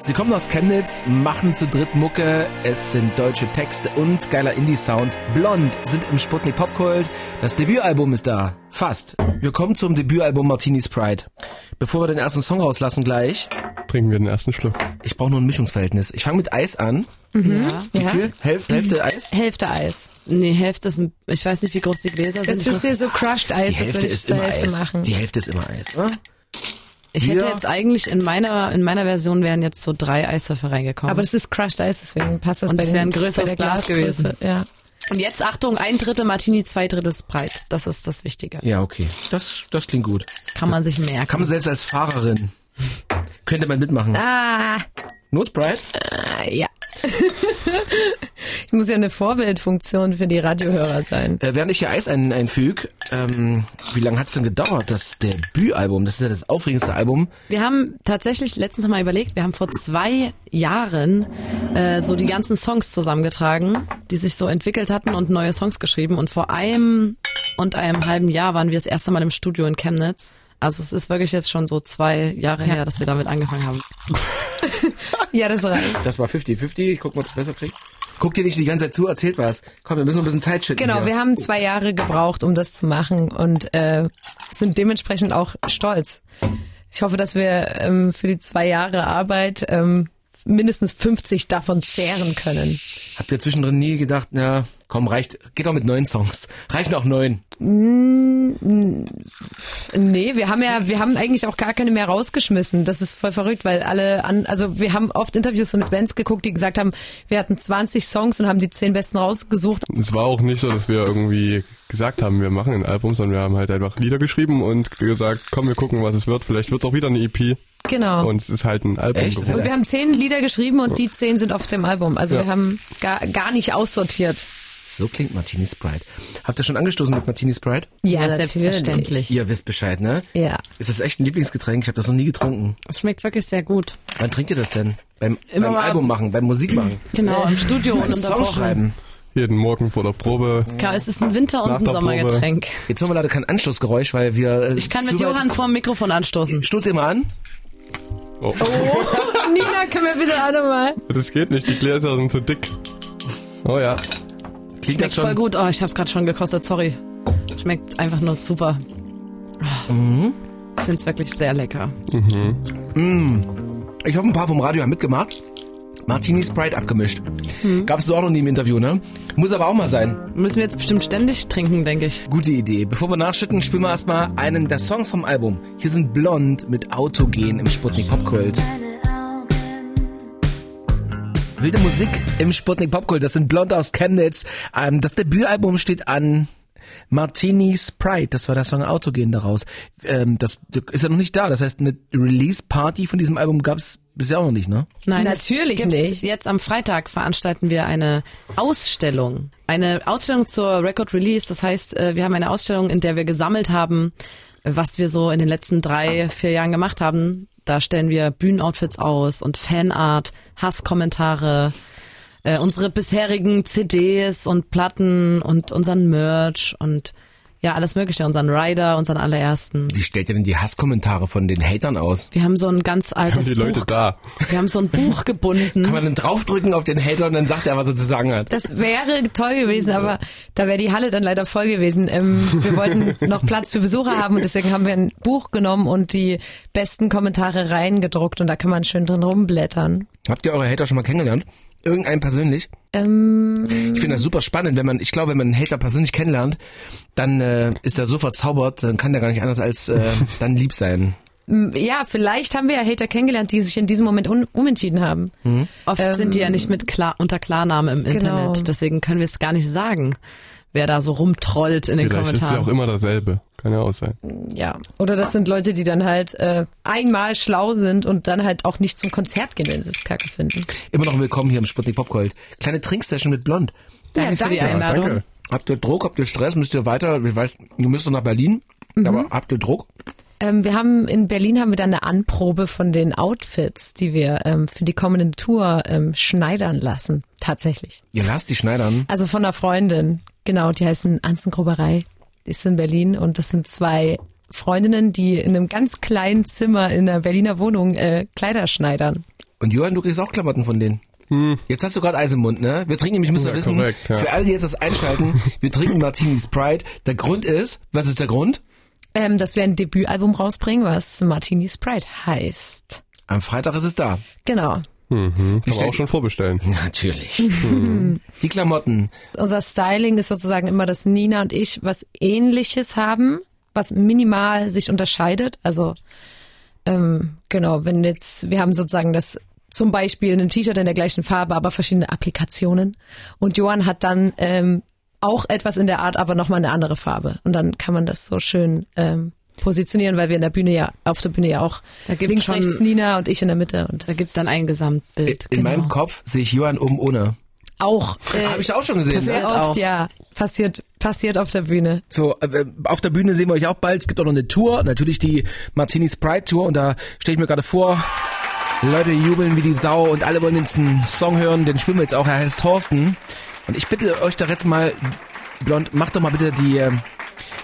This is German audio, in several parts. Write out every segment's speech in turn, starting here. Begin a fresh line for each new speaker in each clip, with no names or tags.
Sie kommen aus Chemnitz, machen zu dritt Mucke, es sind deutsche Texte und geiler Indie-Sound. Blond sind im Sputnik Popkult, das Debütalbum ist da. Fast. Wir kommen zum Debütalbum Martini's Pride. Bevor wir den ersten Song rauslassen gleich,
Trinken wir den ersten Schluck.
ich brauche nur ein Mischungsverhältnis. Ich fange mit Eis an.
Mhm. Ja. Mhm.
Wie viel? Hälf Hälfte Eis?
Hälfte Eis.
Nee, Hälfte ist ein, ich weiß nicht, wie groß die Gläser sind.
Das ist ja so crushed Eis,
Die
das
Hälfte
würde ich
ist
zur
immer
Hälfte
Eis.
machen.
Die Hälfte ist immer Eis. oder?
Ich hätte
Ja.
jetzt eigentlich in meiner, in meiner Version wären jetzt so drei Eiswürfel reingekommen.
Aber das ist crushed Eis, deswegen passt das
Und
bei,
es
den,
wäre ein größeres
bei der
Glas
Glasgröße.
gewesen.
Ja.
und jetzt Achtung, ein Drittel Martini, zwei Drittel Sprite. Das ist das Wichtige.
Ja, okay. Das, das klingt gut.
Kann man sich merken.
Kann man selbst als Fahrerin. Könnte man mitmachen.
Ah,
Nur Sprite?
ja. ich muss ja eine Vorbildfunktion für die Radiohörer sein.
Äh, während ich hier Eis ein, einfüge, ähm, wie lange hat's denn gedauert, das Debütalbum, das ist ja das aufregendste Album,
Wir haben tatsächlich letztens noch mal überlegt, wir haben vor zwei Jahren äh, so die ganzen Songs zusammengetragen, die sich so entwickelt hatten und neue Songs geschrieben. Und vor einem und einem halben Jahr waren wir das erste Mal im Studio in Chemnitz. Also es ist wirklich jetzt schon so zwei Jahre her, dass wir damit angefangen haben.
Ja, das reicht.
das war 50-50, ich guck mal, ob ich's besser krieg. Guck dir nicht die ganze Zeit zu, erzählt was. Komm, wir müssen noch ein bisschen Zeit schinden.
Genau,
hier.
wir haben zwei Jahre gebraucht, um das zu machen und äh, sind dementsprechend auch stolz. Ich hoffe, dass wir ähm, für die zwei Jahre Arbeit ähm, mindestens 50 davon zehren können.
Habt ihr zwischendrin nie gedacht, na, komm, reicht, geht doch mit neun Songs. Reichen auch neun.
Nee, wir haben ja, wir haben eigentlich auch gar keine mehr rausgeschmissen. Das ist voll verrückt, weil alle an, also wir haben oft Interviews mit Bands geguckt, die gesagt haben, wir hatten 20 Songs und haben die 10 besten rausgesucht.
Es war auch nicht so, dass wir irgendwie gesagt haben, wir machen ein Album, sondern wir haben halt einfach Lieder geschrieben und gesagt, komm, wir gucken, was es wird. Vielleicht wird es auch wieder eine EP.
Oh.
Genau.
Und es ist halt ein Album.
Echt?
geworden.
Und wir haben zehn Lieder geschrieben und die zehn sind auf dem Album. Also
Ja.
wir haben gar, gar nicht aussortiert.
So klingt Martini Sprite. Habt ihr schon angestoßen mit Martini Sprite?
Ja,
natürlich.
Ihr wisst Bescheid, ne?
Ja.
Ist das echt ein Lieblingsgetränk? Ich habe das noch nie getrunken.
Es schmeckt wirklich sehr gut.
Wann trinkt ihr das denn? Beim,
Immer
beim
mal-
Album machen, beim Musik machen,
Genau, im Studio
beim Song
ununterbrochen.
schreiben.
Jeden Morgen vor der Probe.
Klar, es ist ein Winter- und
Nach
ein
der Probe.
Sommergetränk.
Jetzt hören wir leider kein Anschlussgeräusch, weil wir. äh,
Ich kann
zu
mit
weit-
Johann vorm Mikrofon anstoßen.
Stoß ihr mal an.
Oh,
Nina, können wir bitte auch nochmal?
das geht nicht, die Gläser sind zu dick. Oh ja.
Klingt das
Schmeckt voll
schon?
gut. Oh, ich hab's gerade schon gekostet, sorry. Schmeckt einfach nur super. Ich find's wirklich sehr lecker.
Ich hoffe, ein paar vom Radio haben mitgemacht. Martini Sprite abgemischt.
Hm.
Gab's so auch noch nie im Interview, ne? Muss aber auch mal sein.
Müssen wir jetzt bestimmt ständig trinken, denke ich.
Gute Idee. Bevor wir nachschütten, spielen wir erstmal einen der Songs vom Album. Hier sind Blond mit Autogen im Sputnik Popkult. Wilde Musik im Sputnik Popkult. Das sind Blond aus Chemnitz. Ähm, das Debütalbum steht an. Martini Sprite, das war der Song Autogen daraus. Ähm, das ist ja noch nicht da. Das heißt, eine Release-Party von diesem Album gab's bisher auch noch nicht, ne?
Nein,
Natürlich
es gibt-
nicht.
Jetzt am Freitag veranstalten wir eine Ausstellung. Eine Ausstellung zur Record Release. Das heißt, äh, wir haben eine Ausstellung, in der wir gesammelt haben, äh, was wir so in den letzten drei, vier Jahren gemacht haben. Da stellen wir Bühnenoutfits aus und Fanart, Hasskommentare, äh, unsere bisherigen CDs und Platten und unseren Merch und ja, alles Mögliche, unseren Rider, unseren allerersten.
Wie stellt ihr denn die Hasskommentare von den Hatern aus?
Wir haben so ein ganz
Haben
altes
die Leute
Buch.
da.
Wir haben so ein Buch gebunden.
Kann man dann draufdrücken auf den Hater und dann sagt er, was er zu sagen hat?
Das wäre toll gewesen, aber da wäre die Halle dann leider voll gewesen. Ähm, wir wollten noch Platz für Besucher haben und deswegen haben wir ein Buch genommen und die besten Kommentare reingedruckt und da kann man schön drin rumblättern.
Habt ihr eure Hater schon mal kennengelernt? Irgendeinen persönlich?
Ähm,
Ich finde das super spannend, wenn man, ich glaube, wenn man einen Hater persönlich kennenlernt, dann äh, ist er so verzaubert, dann kann der gar nicht anders als äh, dann lieb sein.
ja, vielleicht haben wir ja Hater kennengelernt, die sich in diesem Moment un umentschieden haben.
Oft sind die ja nicht mit Klar unter Klarnamen im
Genau.
Internet, deswegen können wir es gar nicht sagen, wer da so rumtrollt in den
Vielleicht ist es ja auch
Kommentaren.
immer dasselbe. Kann ja auch sein.
Ja. Oder das sind Leute, die dann halt äh, einmal schlau sind und dann halt auch nicht zum Konzert gehen, wenn sie es kacke finden.
Immer noch willkommen hier im Sputnik Popkult. Kleine Trinksession mit Blond.
Danke für die
danke.
Ja,
Einladung.
danke.
Habt ihr Druck, habt ihr Stress, müsst ihr weiter, ich weiß, ihr müsst doch nach Berlin, aber habt ihr Druck?
Ähm, wir haben in Berlin haben wir dann eine Anprobe von den Outfits, die wir ähm, für die kommende Tour ähm, schneidern lassen. Tatsächlich.
Ihr lasst die schneidern.
Also von einer Freundin. Genau, die heißen Anzengruberei. Die ist in Berlin und das sind zwei Freundinnen, die in einem ganz kleinen Zimmer in einer Berliner Wohnung äh, Kleider schneidern.
Und Johann, du kriegst auch Klamotten von denen. Jetzt hast du gerade Eis im Mund, ne? Wir trinken nämlich, müsst ihr
Hm. Ja,
wissen,
korrekt, ja.
für alle, die jetzt das einschalten, wir trinken Martini Sprite. Der Grund ist, was ist der Grund?
Ähm, dass wir ein Debütalbum rausbringen, was Martini Sprite heißt.
Am Freitag ist es da.
Genau.
Kann man
stellt-
Hm, auch schon Hm. vorbestellen.
Natürlich. die Klamotten.
Unser Styling ist sozusagen immer, dass Nina und ich was Ähnliches haben, was minimal sich unterscheidet. Also ähm, genau, wenn jetzt, wir haben sozusagen das zum Beispiel ein T-Shirt in der gleichen Farbe, aber verschiedene Applikationen. Und Johann hat dann ähm, auch etwas in der Art, aber nochmal eine andere Farbe. Und dann kann man das so schön ähm, positionieren, weil wir in der Bühne ja, auf der Bühne ja auch
Das ergibt
links,
schon-
rechts Nina und ich in der Mitte. Und
Da
das
gibt's dann ein Gesamtbild. Genau.
In meinem Kopf sehe ich Johann oben ohne.
auch
Äh,
Habe ich auch schon gesehen.
passiert
Ne?
sehr
auch.
oft, ja, passiert, passiert auf der Bühne.
So, äh, auf der Bühne sehen wir euch auch bald. Es gibt auch noch eine Tour, natürlich die Martini Sprite Tour. Und da stelle ich mir gerade vor, Leute jubeln wie die Sau und alle wollen jetzt einen Song hören. Den spielen wir jetzt auch. Er heißt Thorsten. Und ich bitte euch doch jetzt mal, Blond, macht doch mal bitte die, ähm,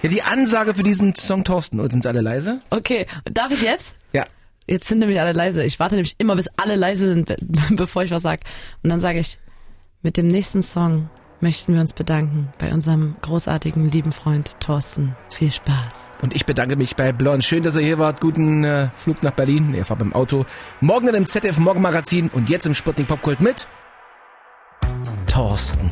ja, die Ansage für diesen Song Thorsten. Und sind alle leise?
Okay, darf ich jetzt?
Ja.
Jetzt sind nämlich alle leise. Ich warte nämlich immer, bis alle leise sind, be- bevor ich was sag. Und dann sage ich, mit dem nächsten Song möchten wir uns bedanken bei unserem großartigen, lieben Freund Thorsten. Viel Spaß.
Und ich bedanke mich bei Blond. Schön, dass ihr hier wart. Guten äh, Flug nach Berlin. Er fahrt mit dem Auto. Morgen dann im ZDF Morgenmagazin und jetzt im Sputnik Popkult mit Thorsten.